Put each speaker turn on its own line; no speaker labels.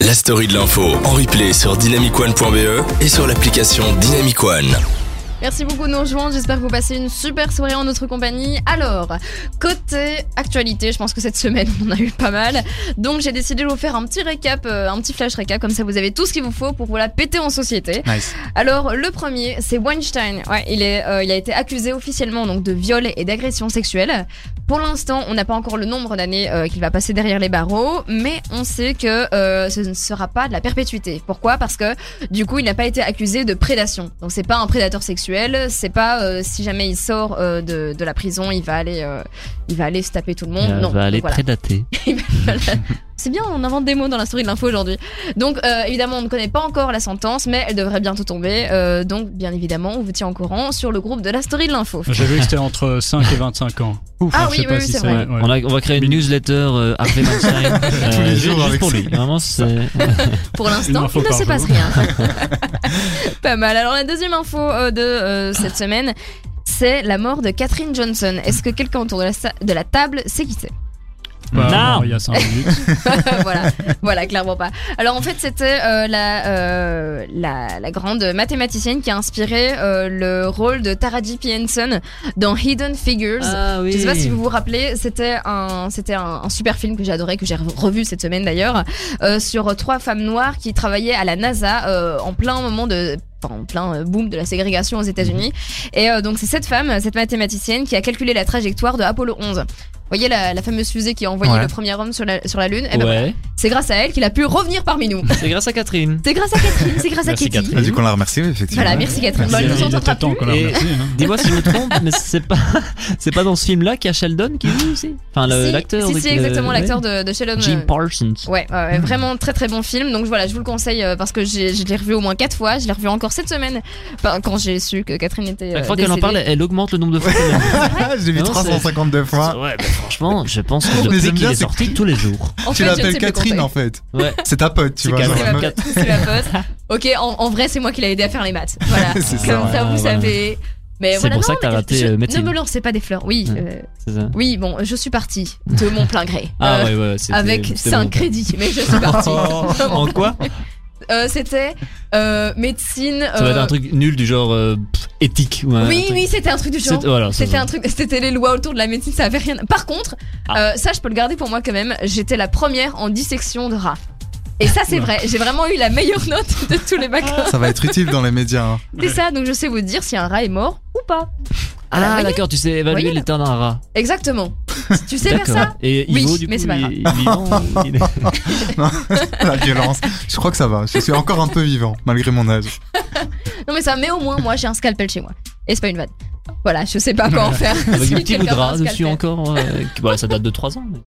la story de l'info en replay sur dynamicone.be E et sur l'application Dynamic One.
Merci beaucoup de nous rejoindre. J'espère que vous passez une super soirée en notre compagnie. Alors, côté actualité, je pense que cette semaine, on en a eu pas mal. Donc, j'ai décidé de vous faire un petit récap, euh, un petit flash récap. Comme ça, vous avez tout ce qu'il vous faut pour vous la péter en société.
Nice.
Alors, le premier, c'est Weinstein. Ouais, il, est, euh, il a été accusé officiellement donc, de viol et d'agression sexuelle. Pour l'instant, on n'a pas encore le nombre d'années euh, qu'il va passer derrière les barreaux, mais on sait que euh, ce ne sera pas de la perpétuité. Pourquoi Parce que du coup, il n'a pas été accusé de prédation. Donc, c'est pas un prédateur sexuel. C'est pas euh, si jamais il sort euh, de, de la prison, il va aller, euh, il va aller se taper tout le monde.
Elle
Euh, non,
Euh, va aller
Donc, voilà.
prédater.
C'est bien, on invente des mots dans la story de l'info aujourd'hui. Donc, euh, évidemment, on ne connaît pas encore la sentence, mais elle devrait bientôt tomber. Euh, donc, bien évidemment, on vous tient au courant sur le groupe de la story de l'info.
J'ai vu que c'était entre 5 et 25 ans. Ouf,
Ah
alors
oui,
je sais pas
oui,
si
c'est
c'est
vrai.
ouais.
On, a- on va créer une newsletter euh, Harvey Weinstein. euh,
Tous les
ju-
jours
juste
avec
pour
ça.
lui. Vraiment, c'est.
Pour
Une
l'instant,
info
il ne
par
se passe
jour.
rien. Pas mal. Alors, la deuxième info euh, de euh, cette semaine, c'est la mort de Catherine Johnson. Est-ce que quelqu'un autour de la, sa- de la table sait qui c'est
Bah,
Non.
Il y a 5 minutes.
voilà, voilà, clairement pas. Alors en fait, c'était euh, la, euh, la, la grande mathématicienne qui a inspiré euh, le rôle de Taraji P. Henson dans Hidden Figures.
Ah oui.
Je sais pas si vous vous rappelez, c'était un, c'était un, un super film que j'ai adoré, que j'ai revu cette semaine d'ailleurs, euh, sur trois femmes noires qui travaillaient à la NASA euh, en plein moment de enfin, en plein euh, boom de la ségrégation aux États-Unis.
Mm-hmm.
Et euh, donc c'est cette femme, cette mathématicienne, qui a calculé la trajectoire de Apollo 11. Vous voyez la, la fameuse fusée qui a envoyé
Ouais.
le premier homme sur la, sur la Lune Eh ben,
Ouais.
C'est grâce à elle qu'il a pu revenir parmi nous.
C'est grâce à Catherine.
C'est grâce à Catherine, c'est grâce à
Merci,
Katie.
Catherine.
Ah, du coup, on l'a remercié, oui, effectivement.
Voilà, merci Catherine. Bah, elle nous
Il était
entendra
temps
plus.
qu'on la
Et-
remercie. hein.
Dis-moi si je me trompe, mais c'est pas, c'est pas dans ce film-là qu'il y a Sheldon qui joue aussi. Enfin, le-
Si,
l'acteur.
Si,
de-
si, exactement,
ouais.
l'acteur de, de Sheldon.
Jim
euh,
Parsons.
Ouais, ouais, ouais, vraiment très très bon film. Donc voilà, je vous le conseille euh, parce que j'ai- je l'ai revu au moins quatre fois. Je l'ai revu encore cette semaine enfin, quand j'ai su que Catherine était. euh,
Chaque fois qu'elle en
décédée.
parle, elle augmente le nombre de fois. qu'elle en parle.
J'ai vu
Non, c'est-
352 fois.
Ouais, bah, franchement, je pense
On
que
les
depuis qu'il
aime bien,
est
c'est-
sorti tous les jours.
En
Tu
fait, je ne sais
l'appelles
plus
Catherine,
comment
en fait.
Ouais.
C'est ta pote, tu
C'est
vois.
Catherine.
genre, la
C'est ma
meuf.
pote. C'est ma pote. Ok, en, en vrai, c'est moi qui l'ai aidé à faire les maths. Voilà.
C'est ça,
Comme ça,
ouais,
vous
voilà.
savez. Mais
C'est
voilà,
pour
non,
ça que t'as
mais
raté,
je-
euh, Mm.
Ne
médecine.
me lancez pas des fleurs. Oui,
Ouais.
euh,
C'est ça.
oui, bon, je suis partie de mon plein gré.
Ah
Euh,
ouais, ouais, c'était-
Avec
c'était
5
bon.
crédits, mais je suis partie.
En quoi
Euh, C'était euh, médecine.
Ça va
euh,
être un truc nul du genre euh, pff, éthique. ou un
Oui,
truc-
oui, c'était un truc du genre.
C'est- voilà, c'est
C'était
ça.
un truc, c'était les lois autour de la médecine, ça avait rien. Par contre,
Ah.
euh, ça je peux le garder pour moi quand même. J'étais la première en dissection de rats. Et ça c'est vrai, j'ai vraiment eu la meilleure note de tous les bacs.
Ah.
Ça va être utile dans les médias. hein.
C'est ça, donc je sais vous dire si un rat est mort ou pas.
Ah,
voyez.
d'accord, tu sais évaluer
Voyez.
l'état d'un rat.
Exactement. Tu sais faire
D'accord.
ça
Et
Oui,
Ivo, du
mais
coup,
c'est pas
il-
grave.
il est vivant ou il est-
La violence. Je crois que ça va. Je suis encore un peu vivant, malgré mon âge.
Non mais ça, mais au moins moi j'ai un scalpel chez moi. Et c'est pas une vanne. Voilà, je sais pas quoi en faire.
Avec
Si
un petit bout de
quelqu'un a un
rat dessus
scalpel.
encore. euh, qui- bah, ça date de 3 ans. mais-